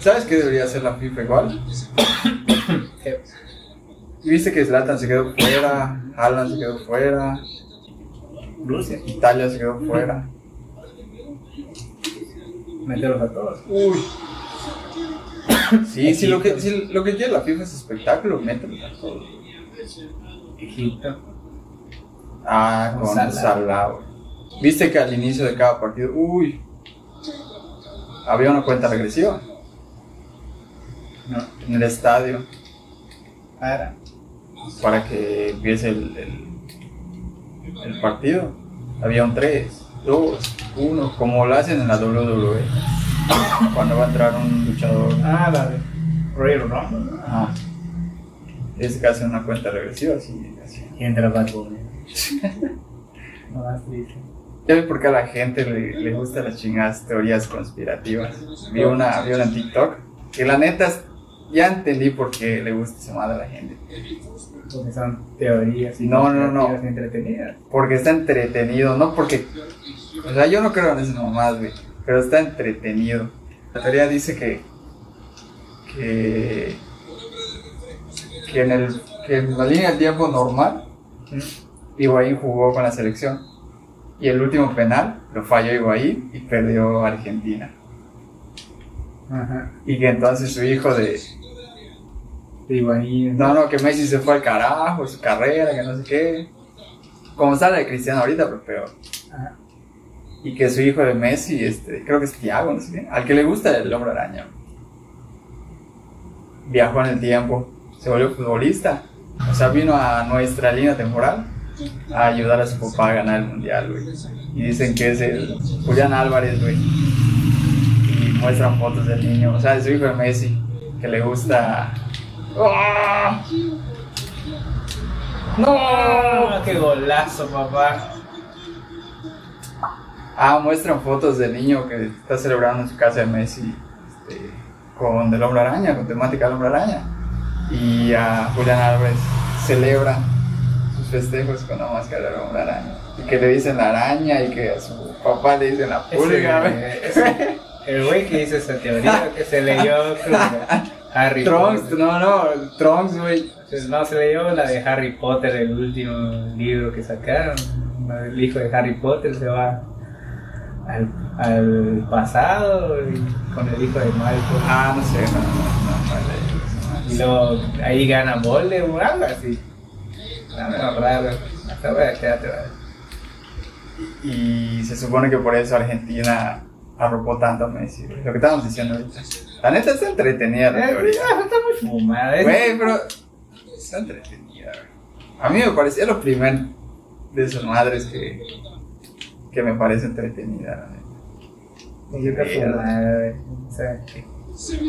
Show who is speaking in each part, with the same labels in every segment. Speaker 1: ¿Sabes qué debería hacer la FIFA igual?
Speaker 2: Eh,
Speaker 1: Y Viste que Zlatan se quedó fuera, Haaland se quedó fuera,
Speaker 2: Rusia.
Speaker 1: Italia se quedó fuera.
Speaker 2: Meterlos a todos.
Speaker 1: Uy. Sí,
Speaker 2: Egipto.
Speaker 1: sí, lo que, sí, lo que quiere la FIFA es espectáculo, mételo a todos.
Speaker 2: Egipto.
Speaker 1: Ah,
Speaker 2: Con
Speaker 1: con
Speaker 2: Salah.
Speaker 1: Salah, güey. Viste que al inicio de cada partido, uy, había una cuenta regresiva
Speaker 2: No.
Speaker 1: en el estadio
Speaker 2: Para.
Speaker 1: para que empiece el, el- el partido. Había un 3, 2, 1, como lo hacen en la WWE. Cuando va a entrar un luchador,
Speaker 2: Ah, la de Royal Rumble.
Speaker 1: ah, es que hace una cuenta regresiva, así, así.
Speaker 2: Y entra Bad Bunny. No más triste.
Speaker 1: Ya ves por qué a la gente le, le gustan las chingadas teorías conspirativas. Vi una, vi una en TikTok que la neta es- ya entendí por qué le gusta esa madre a la gente.
Speaker 2: Porque son teorías y
Speaker 1: No, no, no.
Speaker 2: narrativas entretenidas.
Speaker 1: Porque está entretenido, no porque... O sea, yo no creo en esas mamadas, güey, pero está entretenido. La teoría dice que... que... que en, el, que en la línea del tiempo normal, Higuaín jugó con la selección. Y el último penal lo falló Higuaín y perdió Argentina.
Speaker 2: Ajá.
Speaker 1: Y que entonces su hijo de...
Speaker 2: De Higuaín.
Speaker 1: No, no, que Messi se fue al carajo, su carrera, que no sé qué. Como sale de Cristiano ahorita, pero peor.
Speaker 2: Ajá.
Speaker 1: Y que su hijo de Messi, este, creo que es Thiago, no sé qué. Al que le gusta el hombre araña. Viajó en el tiempo, se volvió futbolista. O sea, vino a nuestra línea temporal a ayudar a su papá a ganar el mundial, güey. Y dicen que es el Julián Álvarez, güey. Y muestran fotos del niño, o sea, de su hijo de Messi, que le gusta. ¡Ah!
Speaker 2: ¡No! ¡Qué golazo, papá!
Speaker 1: Ah, muestran fotos del niño que está celebrando en su casa de Messi este, con el hombre araña, con temática del hombre araña. Y a Julián Álvarez celebra sus festejos con la máscara del hombre araña. Y que le dicen la araña y que a su papá le dicen la
Speaker 2: Ese,
Speaker 1: pulga.
Speaker 2: eh, ese- El güey que hizo esa teoría que se leyó creo, Harry
Speaker 1: Trunks,
Speaker 2: Potter.
Speaker 1: no, no, Trunks, güey.
Speaker 2: Pues no, se leyó la de Harry Potter, el último libro que sacaron. El hijo de Harry Potter se va al, al pasado y con el hijo de Malcolm.
Speaker 1: Ah, no sé, no, no, no, no,
Speaker 2: Y
Speaker 1: no, no.
Speaker 2: luego ahí gana Voldemort, algo así. Nada raro. Hasta voy a quedarte, ¿vale?
Speaker 1: Y se supone que por eso Argentina arropó tanto a Messi, güey. Lo que estábamos diciendo ahorita. La neta está entretenida la
Speaker 2: Eh,
Speaker 1: teoría.
Speaker 2: Está muy fumada. eh. es-
Speaker 1: Güey, pero está entretenida, güey. A mí me parecía lo primer de sus madres que, que me parece entretenida, la neta.
Speaker 2: Yo creo que
Speaker 1: Mierda.
Speaker 2: madre, ¿sabes qué?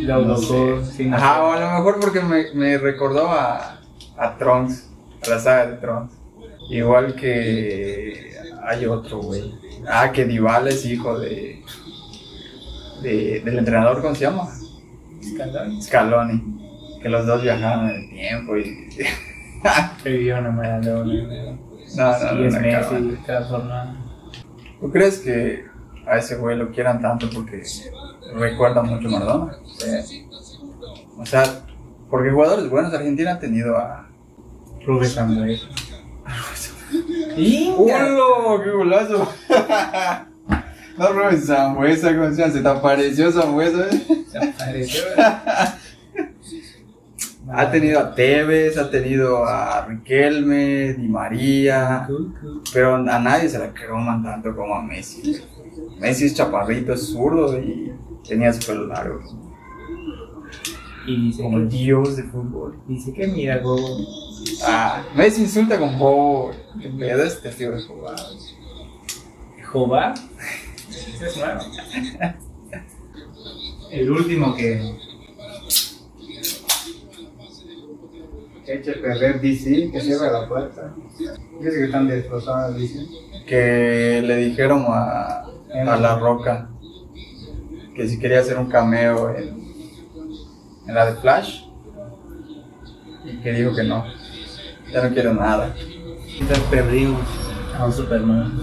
Speaker 2: Lo locó sin
Speaker 1: Ajá, o a lo mejor porque me, me recordó a, a Trunks, a la saga de Trunks. Igual que hay otro, güey. Ah, que Dival es hijo de, de del entrenador, ¿cómo se llama?
Speaker 2: escalón.
Speaker 1: Scaloni. Que los dos viajaron en el tiempo y...
Speaker 2: Vivió una maradona.
Speaker 1: no, no, no,
Speaker 2: Y es
Speaker 1: no, cabrón.
Speaker 2: Messi transformado.
Speaker 1: ¿Tú crees que a ese güey lo quieran tanto porque recuerda mucho a Maradona?
Speaker 2: Sí.
Speaker 1: O sea, porque jugadores buenos Argentina ha tenido a...
Speaker 2: Rubén Samuel. pues, ¡Y!
Speaker 1: ¡Ulo! ¡Qué golazo! No robes Sambuesa, ¿cómo se llama? Se te apareció Sambuesa.
Speaker 2: Desapareció.
Speaker 1: Ha tenido a Tevez, ha tenido a Riquelme, Di María, pero a nadie se la croman tanto como a Messi. Messi es chaparrito, es zurdo y tenía su pelo largo.
Speaker 2: Y dice
Speaker 1: Como el
Speaker 2: que,
Speaker 1: dios de fútbol.
Speaker 2: dice que mira, Gogo.
Speaker 1: Ah, Messi insulta con Bobo. Qué pedo es testigo este de Jehová.
Speaker 2: Jobá. Ese es nuevo. El último que. Eche a perder DC, que cierra la puerta. Dice que están destrozadas, dice.
Speaker 1: que le dijeron a, a La Roca que si quería hacer un cameo en, en la de Flash y que dijo que no, ya no quiero nada.
Speaker 2: Entonces perdimos a un Superman.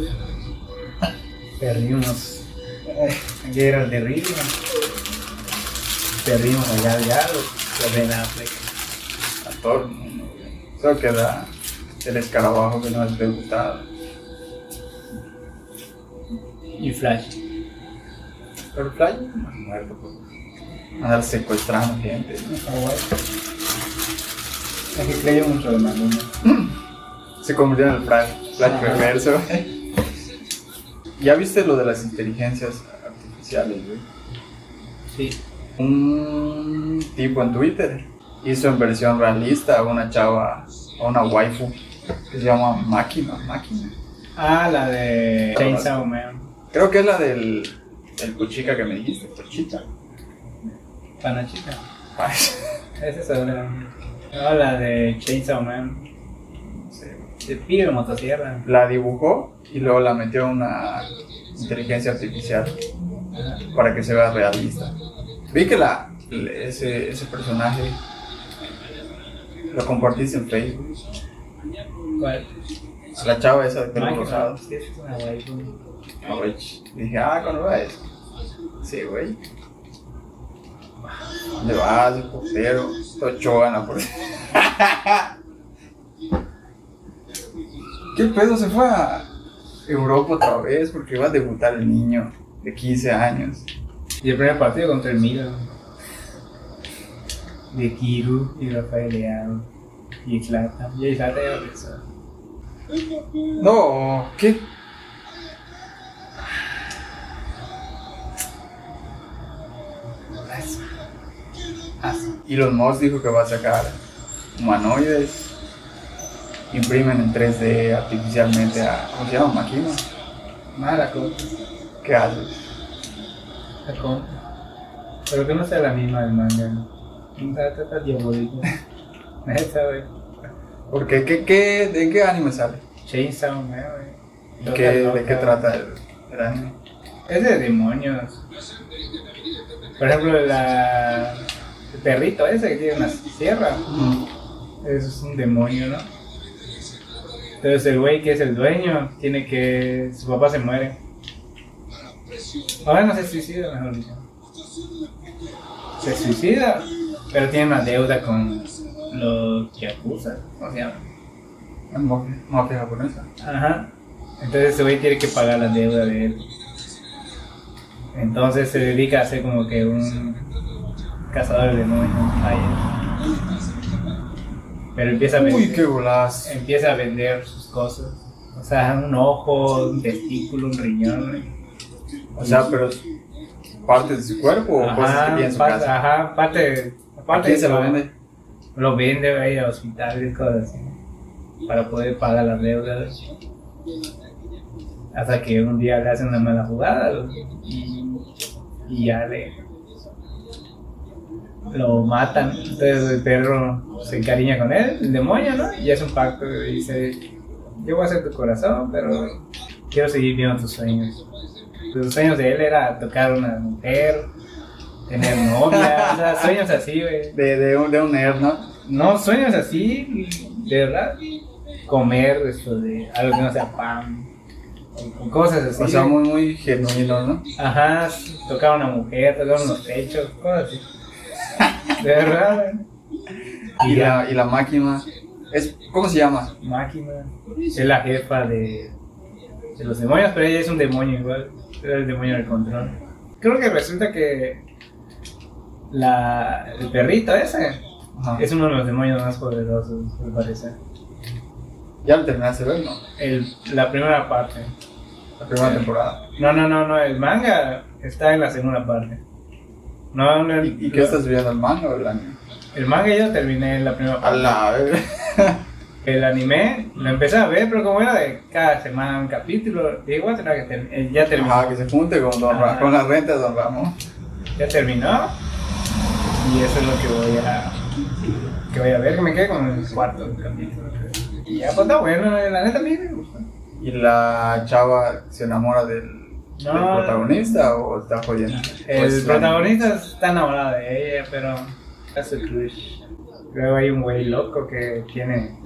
Speaker 2: Perdimos. Guerras de Río. perdimos a Gal Gadot y a Ben Affleck.
Speaker 1: A todo el mundo, güey. Solo queda el escarabajo que no has debutado.
Speaker 2: Y Flash.
Speaker 1: Pero Flash no ha muerto, pues. Andar secuestrando gente.
Speaker 2: Ah, bueno. Es que creyó mucho en la luna.
Speaker 1: Se convirtió en el Flash, Flash
Speaker 2: Ajá.
Speaker 1: reverso, güey. ¿Ya viste lo de las inteligencias artificiales, güey?
Speaker 2: Sí.
Speaker 1: un tipo en Twitter hizo en versión realista a una chava, a una waifu que se llama Máquina, Máquina.
Speaker 2: Ah, la de Chainsaw Man.
Speaker 1: Creo que es la del, del cuchica que me dijiste, cuchita.
Speaker 2: Panachita.
Speaker 1: Ay,
Speaker 2: Esa es otra. No, la de Chainsaw Man.
Speaker 1: no sé.
Speaker 2: De pibe motosierra.
Speaker 1: La dibujó y luego la metió a una inteligencia artificial para que se vea realista. Vi que la, ese, ese personaje lo compartiste en Facebook.
Speaker 2: ¿Cuál?
Speaker 1: A la chava esa de pelo
Speaker 2: Máquina.
Speaker 1: rosado.
Speaker 2: Sí, es una waifu.
Speaker 1: Ah, güey. Dije, ah, ¿cuándo va eso? Sí, güey. ¿Dónde vas, portero? Tochoa en la portería. ¿Qué pedo se fue a Europa otra vez? Porque iba a debutar el niño de 15 años.
Speaker 2: Y el primer partido contra el Milan. De Kiru y Rafael Leao. Y Islata. Y Islata ya regresó.
Speaker 1: No, ¿qué?
Speaker 2: Asco.
Speaker 1: Elon Musk dijo que va a sacar humanoides. Imprimen en 3D artificialmente a. ¿Cómo se llama? Máquina.
Speaker 2: Mala cosa.
Speaker 1: ¿Qué haces?
Speaker 2: La compra. Pero que no sea la misma del manga. ¿no? No sea tanta diabolita. Neta, güey.
Speaker 1: ¿Por qué? ¿Qué, qué? ¿De qué anime sale?
Speaker 2: Chainsaw Man, güey.
Speaker 1: ¿Y
Speaker 2: Loca,
Speaker 1: qué- ¿De
Speaker 2: loca,
Speaker 1: qué
Speaker 2: güey.
Speaker 1: trata el, el anime?
Speaker 2: Es de demonios. Por ejemplo, la... el perrito ese que tiene una sierra.
Speaker 1: Mm.
Speaker 2: Es un demonio, ¿no? Entonces el güey que es el dueño tiene que... Su papá se muere. Ahora no se suicida, mejor dicho. Se suicida, pero tiene una deuda con los yakuza, ¿cómo se llama?
Speaker 1: ¿Es mafia, mafia japonesa?
Speaker 2: Ajá. Entonces ese güey tiene que pagar la deuda de él. Entonces se dedica a ser como que un cazador de demonios. Ahí es. Pero empieza a vender.
Speaker 1: Uy, qué golazo.
Speaker 2: Empieza a vender sus cosas. O sea, un ojo, un testículo, un riñón. güey.
Speaker 1: O sea, pero partes de su cuerpo o cosas que
Speaker 2: Ajá,
Speaker 1: tiene en su
Speaker 2: parte-
Speaker 1: casa.
Speaker 2: ajá, parte,
Speaker 1: ¿A
Speaker 2: parte
Speaker 1: quién se lo vende?
Speaker 2: Lo vende güey, a hospitales, cosas así. Para poder pagar las deudas. Hasta que un día le hacen una mala jugada güey, y, y ya le. Lo matan. Entonces el perro se encariña con él, el demonio, ¿no? Y hace un pacto y dice: Yo voy a ser tu corazón, pero quiero seguir viendo tus sueños. Los sueños de él era tocar a una mujer, tener novia, o sea, sueños así, güey.
Speaker 1: De, de, un, de un nerd, ¿no?
Speaker 2: No, sueños así, de verdad. Comer, esto de algo que no sea pan. O cosas así.
Speaker 1: O sea, muy, muy genuino, ¿no?
Speaker 2: Ajá, sí, tocar a una mujer, tocar unos pechos, cosas así. De verdad.
Speaker 1: Y la, y la máquina. Es, ¿Cómo se llama?
Speaker 2: máquina. Es la jefa de, de los demonios, pero ella es un demonio igual. Era el demonio del control. Creo que resulta que la, el perrito ese
Speaker 1: Ajá.
Speaker 2: es uno de los demonios más poderosos, me parece.
Speaker 1: Ya lo terminaste de ver, ¿no?
Speaker 2: El, la primera parte.
Speaker 1: La primera
Speaker 2: Sí.
Speaker 1: temporada.
Speaker 2: No, no, no, no, el manga está en la segunda parte. No, no, el,
Speaker 1: ¿Y, y qué estás viendo, el manga o el anime?
Speaker 2: el manga yo terminé en la primera
Speaker 1: A
Speaker 2: parte.
Speaker 1: la ver-
Speaker 2: El anime lo empecé a ver, pero como era de cada semana un capítulo, dije, voy a tener que term- eh, ya terminó.
Speaker 1: Ajá, Ah, que se junte con, don Ra-
Speaker 2: Ajá.
Speaker 1: con la renta de Don Ramón.
Speaker 2: Ya terminó. Y eso es lo que voy a que voy a ver, que me quedé con el cuarto capítulo. creo. Y ya, pues está bueno, la neta a mí me gustó.
Speaker 1: ¿Y la chava se enamora del,
Speaker 2: No.
Speaker 1: del protagonista o está jodiendo?
Speaker 2: El
Speaker 1: Pues,
Speaker 2: protagonista está enamorado de ella, pero es su crush. Luego hay un güey loco que tiene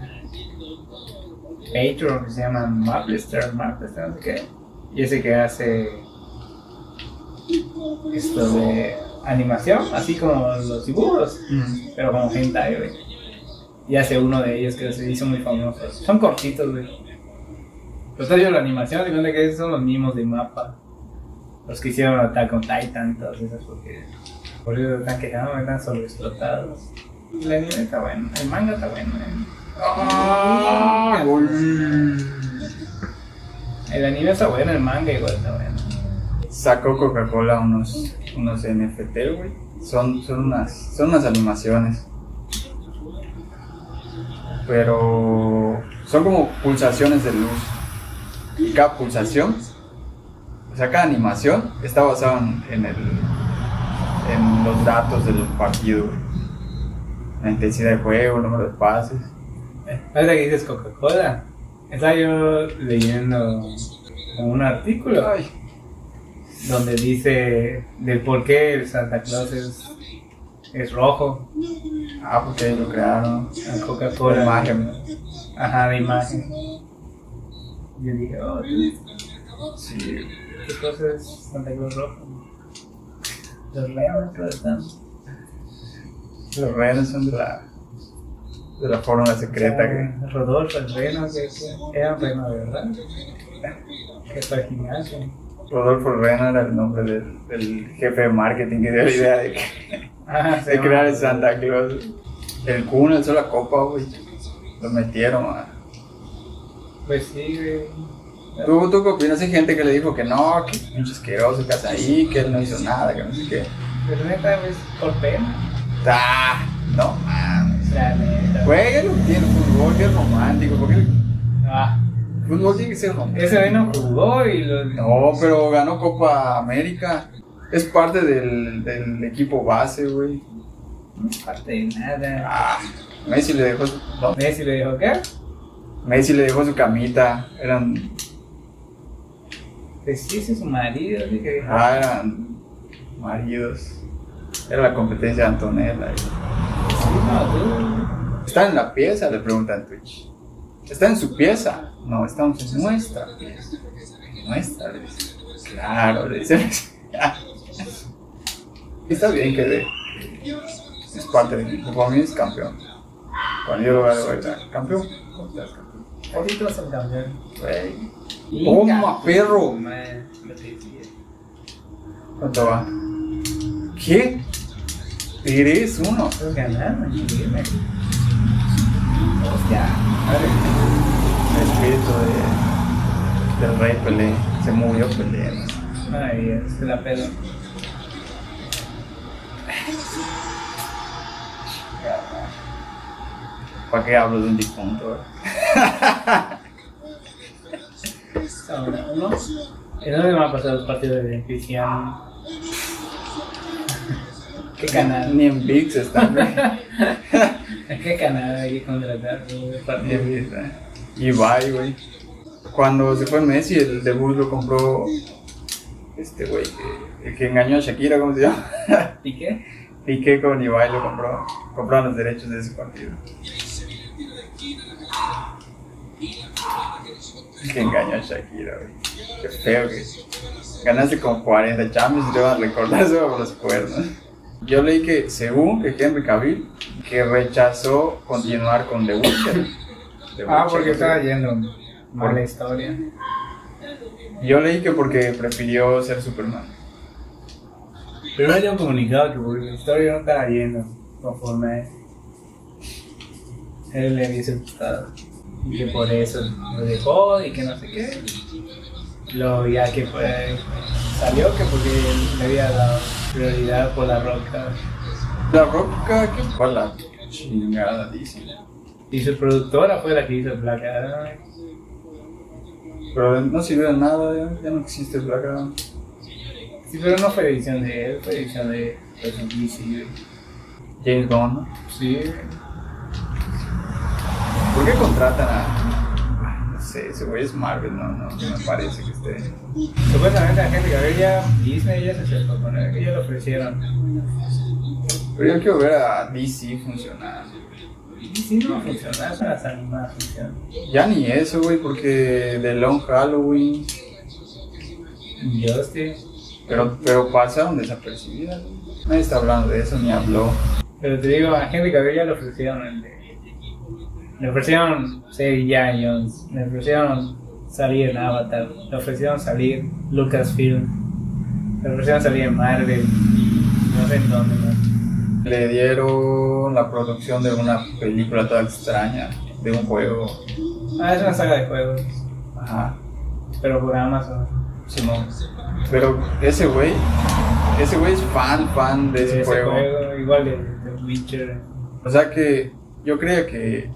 Speaker 2: Patreon que se llama Maplester, Maplester, no sé qué. Y ese que hace esto de animación, así como los dibujos,
Speaker 1: Mm.
Speaker 2: pero como hentai, güey. Y hace uno de ellos que se hizo muy famoso. Son cortitos, güey. Los de la animación, de cuenta que son los mismos de mapa. Los que hicieron Attack on Titan, todas esas porque por eso están quejando, están sobreexplotados. El anime está bueno, el manga está bueno, eh.
Speaker 1: Ah, gol.
Speaker 2: El anime está bueno, el manga igual está bueno.
Speaker 1: Sacó Coca-Cola unos, unos NFT, güey. Son, son, unas, son unas animaciones. Pero son como pulsaciones de luz. Y cada pulsación, o sea, cada animación está basada en, en el, en los datos del partido. güey. La intensidad de juego, el número de pases.
Speaker 2: Eh, Ahorita que dices Coca-Cola, estaba yo leyendo un artículo
Speaker 1: Ay,
Speaker 2: donde dice del por qué el Santa Claus es, es rojo,
Speaker 1: ah, porque lo crearon.
Speaker 2: la
Speaker 1: Por
Speaker 2: Coca-Cola.
Speaker 1: imagen.
Speaker 2: Ajá, la imagen. Yo dije, oh, qué
Speaker 1: Sí,
Speaker 2: cosa es Santa Claus rojo. Los leones, pero están.
Speaker 1: Los rehenes son de la, de la fórmula secreta que
Speaker 2: Ah, Rodolfo, el reno, que, que era un reno de verdad. Que fue al gimnasio.
Speaker 1: Rodolfo Rena era el nombre del, del jefe de marketing que dio la idea de, que-
Speaker 2: Ah,
Speaker 1: de crear el Santa Claus. El Kun alzó la copa, güey. Lo metieron, ah.
Speaker 2: Pues sí, güey.
Speaker 1: ¿Tú, ¿Tú qué opinas? Hay gente que le dijo que no, que pinche asqueroso, que hace ahí, que él no hizo nada, que no sé qué.
Speaker 2: Pero neta, pues, por pena.
Speaker 1: ¡Ah! No mames.
Speaker 2: La neta.
Speaker 1: Güey, él no tiene fútbol, que es romántico. Porque el
Speaker 2: Ah,
Speaker 1: fútbol tiene que ser romántico.
Speaker 2: ese vino jugó y lo.
Speaker 1: No, pero ganó Copa América. Es parte del, del equipo base, güey.
Speaker 2: No parte de nada.
Speaker 1: Ah, Messi le dejó su, no,
Speaker 2: Messi le dijo, ¿qué?
Speaker 1: Messi le dejó su camita. Eran,
Speaker 2: Pues sí, ese es su marido. Así que dijo,
Speaker 1: ah, eran maridos. Era la competencia de Antonella.
Speaker 2: sí, "Ah, no,
Speaker 1: Está en la pieza, le preguntan en Twitch. Está en su pieza. No, estamos en nuestra pieza. Nuestra, le dice. Claro, le dice. Está bien que de- es parte del equipo. Para mí es campeón. Cuando yo lo veo, de verdad, campeón.
Speaker 2: tú. Ahorita vas al campeón.
Speaker 1: Güey. Toma, perro.
Speaker 2: Man, lo que decía.
Speaker 1: ¿Cuánto va? ¿Qué? 3-1.
Speaker 2: Estás ganando, chingüime. Hostia.
Speaker 1: El espíritu de, del rey Pelé se movió Pelé. ¿no?
Speaker 2: Ay, Dios, se la pelo.
Speaker 1: ¿Para qué hablo de un difunto? eh?
Speaker 2: Ahora, uno. ¿En dónde van a pasar los partidos de Cristiano? ¿Qué canal?
Speaker 1: Ni en VIX están. güey.
Speaker 2: ¿A qué canal hay que contratar? güey, para-
Speaker 1: Ni en VIX, eh. Y bye, güey. Cuando se fue Messi, el debut lo compró este güey, que- el que engañó a Shakira, ¿cómo se llama?
Speaker 2: ¿Piqué?
Speaker 1: Piqué con Ibai lo compró. Compraron los derechos de ese partido. Que engañó a Shakira, güey. Qué feo que es. Ganaste con 40 champions y te van a recordar eso por los cuernos. Yo leí que, según que Henry Cavill, que rechazó continuar con The Witcher. The
Speaker 2: Ah,
Speaker 1: Witcher,
Speaker 2: porque
Speaker 1: no sé.
Speaker 2: estaba yendo mala
Speaker 1: Por-
Speaker 2: historia.
Speaker 1: Yo leí que porque prefirió ser Superman.
Speaker 2: Pero había un comunicado que porque la historia no estaba yendo conforme a él. Él le dice "Puta", y que por eso lo dejó y que no sé qué. Lo ya que fue- salió que porque le había dado prioridad por la roca.
Speaker 1: La roca, que fue la chingada, dice.
Speaker 2: Y su productora fue la que hizo placa.
Speaker 1: Pero no sirvió de nada, ya, ya no existe Black Adam.
Speaker 2: Sí, pero no fue edición de él, fue edición de los DC.
Speaker 1: James Bond, ¿no?
Speaker 2: Sí.
Speaker 1: ¿Por qué contratan a.? No sé, ese güey es Marvel, no, no, no me parece que esté.
Speaker 2: Supuestamente la gente que había Disney ya se acercó con él, que ya le ofrecieron.
Speaker 1: Pero yo quiero ver a DC funcionar.
Speaker 2: Si no funciona, es las animadas funcionan.
Speaker 1: Ya ni eso, güey, porque The Long Halloween,
Speaker 2: Justin,
Speaker 1: Pero, pero pasaron desapercibidas. Nadie está hablando de eso ni habló.
Speaker 2: Pero te digo, a Henry Cavill ya le ofrecieron el de- Le ofrecieron ser Indiana Jones, le ofrecieron salir en Avatar, le ofrecieron salir Lucasfilm, le ofrecieron salir en Marvel y no sé en dónde más.
Speaker 1: Le dieron la producción de una película toda extraña, de un juego.
Speaker 2: Ah, es una saga de juegos,
Speaker 1: Ajá.
Speaker 2: pero por Amazon.
Speaker 1: Sí, no. Pero ese güey, ese güey es fan, fan de ese,
Speaker 2: Ese
Speaker 1: juego.
Speaker 2: juego, igual de, de Witcher.
Speaker 1: O sea que yo creía que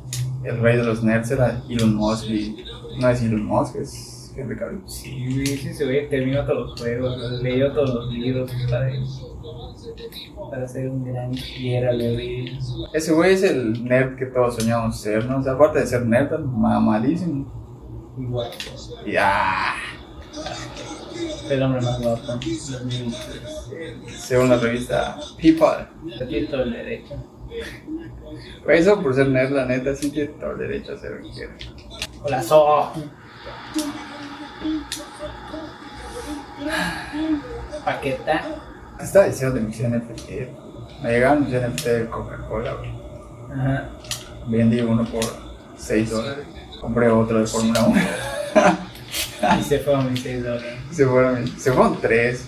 Speaker 1: el rey de los nerds era Elon Musk y no es Elon Musk, es Henry Cavill.
Speaker 2: Sí, sí, se ve, terminó todos los juegos, leyó todos los libros para, para ser un gran fiera, le di.
Speaker 1: Ese güey es el nerd que todos soñamos ser, ¿no? O sea, aparte de ser nerd, es mamadísimo.
Speaker 2: Igual,
Speaker 1: Y ah,
Speaker 2: el hombre más guapo. 2013.
Speaker 1: según la revista People.
Speaker 2: Tiene todo el derecho.
Speaker 1: Güey, Eso por ser nerd, la neta, sí tiene todo el derecho a ser lo que quiera.
Speaker 2: Hola, so. Paqueta.
Speaker 1: Te estaba diciendo de mis NFT. Me llegaron mis NFT de Coca-Cola, güey.
Speaker 2: Ajá.
Speaker 1: Vendí uno por 6 dólares. Compré otro de Fórmula 1.
Speaker 2: Y se fueron mis 6 dólares.
Speaker 1: se, fueron, mis- se fueron tres.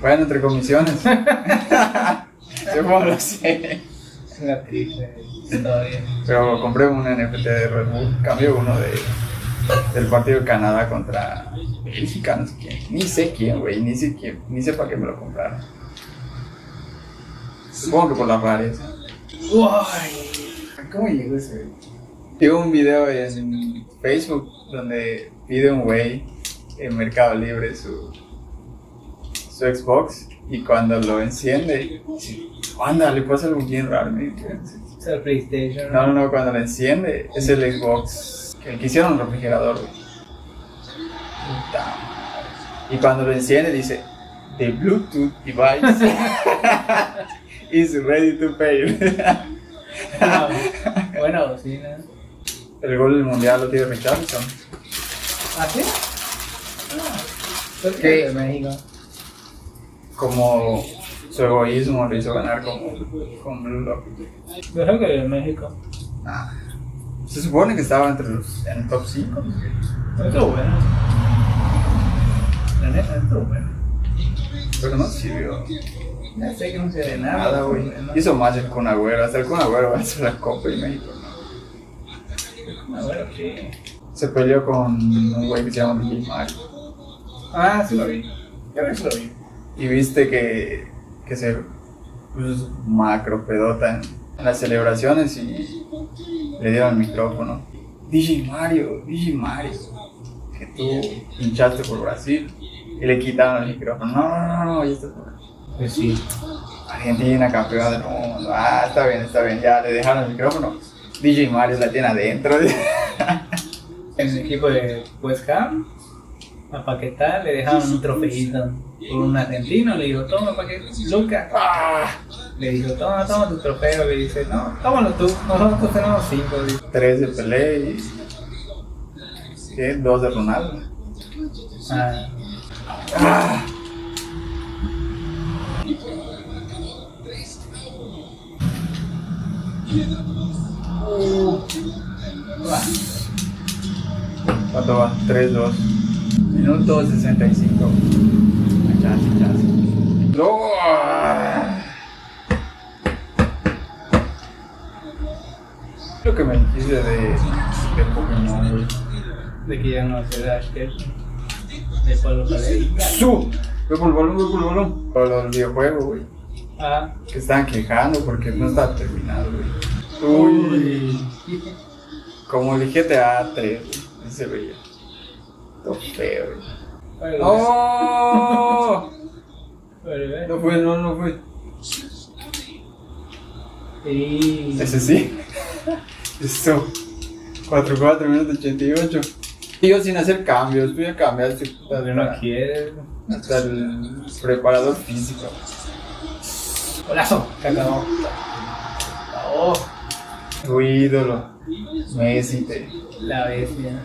Speaker 1: Bueno, entre comisiones. se fueron los seis.
Speaker 2: Es una triste historia.
Speaker 1: Pero compré un NFT de Red Bull. Cambié uno de, del partido de Canadá contra Bélgica, no sé quién. Ni sé quién, güey. Ni sé quién. Ni sé para qué me lo compraron. Supongo que por las rarias.
Speaker 2: Uy, ¿Cómo llegó ese?
Speaker 1: Tengo un video en Facebook donde pide un güey en Mercado Libre su, su Xbox y cuando lo enciende, dice, anda, le pasa algo bien raro. me dice.
Speaker 2: Es el PlayStation.
Speaker 1: No, no, no, cuando lo enciende es el Xbox, el que hicieron el refrigerador. güey. Puta madre. Y cuando lo enciende dice, the Bluetooth device is ready to fail.
Speaker 2: Ah, Buena bocina.
Speaker 1: el gol del mundial lo tiene Richardson.
Speaker 2: ¿Ah, sí? Ah, ¿por
Speaker 1: Sí.
Speaker 2: ¿Qué? De México.
Speaker 1: como su egoísmo le hizo ganar como con Blue Lock.
Speaker 2: Yo creo que de México.
Speaker 1: Ah. Se supone que estaba entre los en el top 5.
Speaker 2: Estuvo bueno. La neta, estuvo bueno.
Speaker 1: Pero no sirvió
Speaker 2: Ya sé que no se ve
Speaker 1: de nada, güey. Hizo más el Kun Agüero. Hasta el Kun Agüero va a hacer la Copa en México, ¿no?
Speaker 2: Ah, bueno, sí.
Speaker 1: Se peleó con un güey que se llama Ricky Mac.
Speaker 2: Ah, sí lo vi. Yo creo que sí lo vi.
Speaker 1: Y viste que, que se puso macro pedota en, en las celebraciones y le dieron el micrófono. DJ Mario, DJ Mario, que tú hinchaste por Brasil y le quitaron el micrófono. No, no, no, no, ya está por
Speaker 2: Pues sí.
Speaker 1: Argentina, campeona del mundo. Ah, está bien, está bien, ya le dejaron el micrófono. DJ Mario la tiene adentro.
Speaker 2: En el equipo de West Ham, a Paquetá le dejaron un trofeito. Por un argentino le dijo, toma Paquetá, Lucas.
Speaker 1: Ah,
Speaker 2: Le dijo, toma, toma tu trofeo. Le dice, no, tómalo tú. Nosotros tenemos cinco. Dice,
Speaker 1: tres de Pelé y ¿qué? dos de Ronaldo.
Speaker 2: ah,
Speaker 1: Ah. ¿Cuánto va? 3, 2. Minuto 65. Ya, ya. ¡No! Ah. Lo que me dijiste de, de Pokémon, güey.
Speaker 2: de que ya no será Ashker. De Pablo Paredes.
Speaker 1: ¡Su! Voy por el balón, voy por el balón. Por los videojuegos, güey.
Speaker 2: Ah,
Speaker 1: que estaban quejando porque no estaba terminado, güey. Uy, como el GTA 3, güey, ahí se veía. Todo feo, güey.
Speaker 2: bueno,
Speaker 1: ¡Oh!
Speaker 2: bueno, bueno.
Speaker 1: No fue, no, no fue.
Speaker 2: Y...
Speaker 1: Ese sí. Listo. 4, 4 minutos 88. Y yo sin hacer cambios, tú ya cambiaste puta,
Speaker 2: Yo
Speaker 1: para-
Speaker 2: no quiero.
Speaker 1: hasta el preparador físico.
Speaker 2: Golazo, cagado. Oh,
Speaker 1: Tu ídolo, Messi, te.
Speaker 2: la bestia.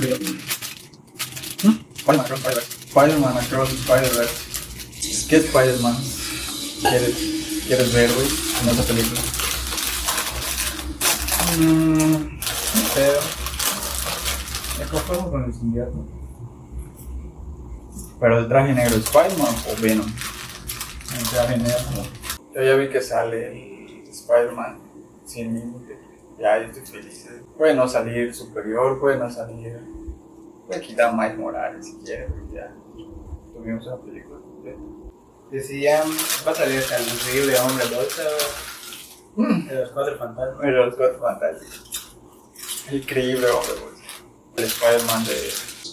Speaker 2: de.
Speaker 1: Spider-Man Across Spider-Verse. Spider-Man Across Spider-Verse. ¿Qué Spider-Man quieres, quieres ver, güey, en esa película?
Speaker 2: mm, Pero. Me conformo con el sindicato.
Speaker 1: ¿Pero el traje negro es Spider-Man o Venom?
Speaker 2: El traje negro.
Speaker 1: Yo ya vi que sale el Spider-Man sin límite. Ya, yo estoy feliz. Puede no salir Superior, puede no salir. Puede quitar Miles Morales si quiere, pero ya. Tuvimos una película. completa.
Speaker 2: Decían, va a salir hasta el increíble hombre bolsa de los cuatro fantasmas.
Speaker 1: Bueno, los cuatro fantásticos. Increíble, hombre, güey. El Spider-Man de.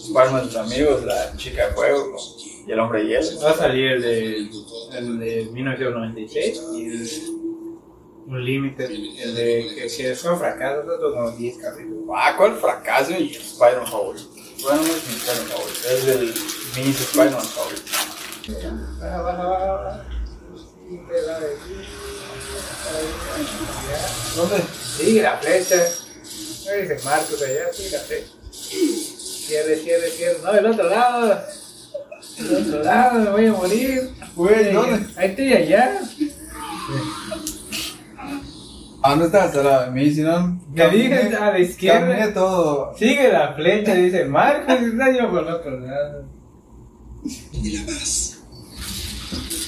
Speaker 1: Spider-Man de sus amigos, la chica de fuego ¿no? y el hombre hielo.
Speaker 2: Va a salir el de, el de 1996 y el un límite, el de que, que son fracasos, otros como 10 capítulos.
Speaker 1: Ah, ¿cuál fracaso y Spider-Man favorito? Bueno, no es mi Spider-Man favorito, es el mini Spider-Man favorito.
Speaker 2: Baja, baja, baja, baja. Sí, te la decía. ¿Dónde? Sigue la flecha. Ahí dice Marcos allá, sigue la flecha. Cierre, cierre, cierre. No, del otro lado. Del otro lado, me voy a morir.
Speaker 1: Güey, ¿dónde?
Speaker 2: Ahí estoy allá.
Speaker 1: ¿A dónde estás? A la mí, si no.
Speaker 2: Te dije a la izquierda.
Speaker 1: Caminé todo.
Speaker 2: Sigue la flecha, dice Marcos. Y está yo por el otro lado.
Speaker 3: y la paz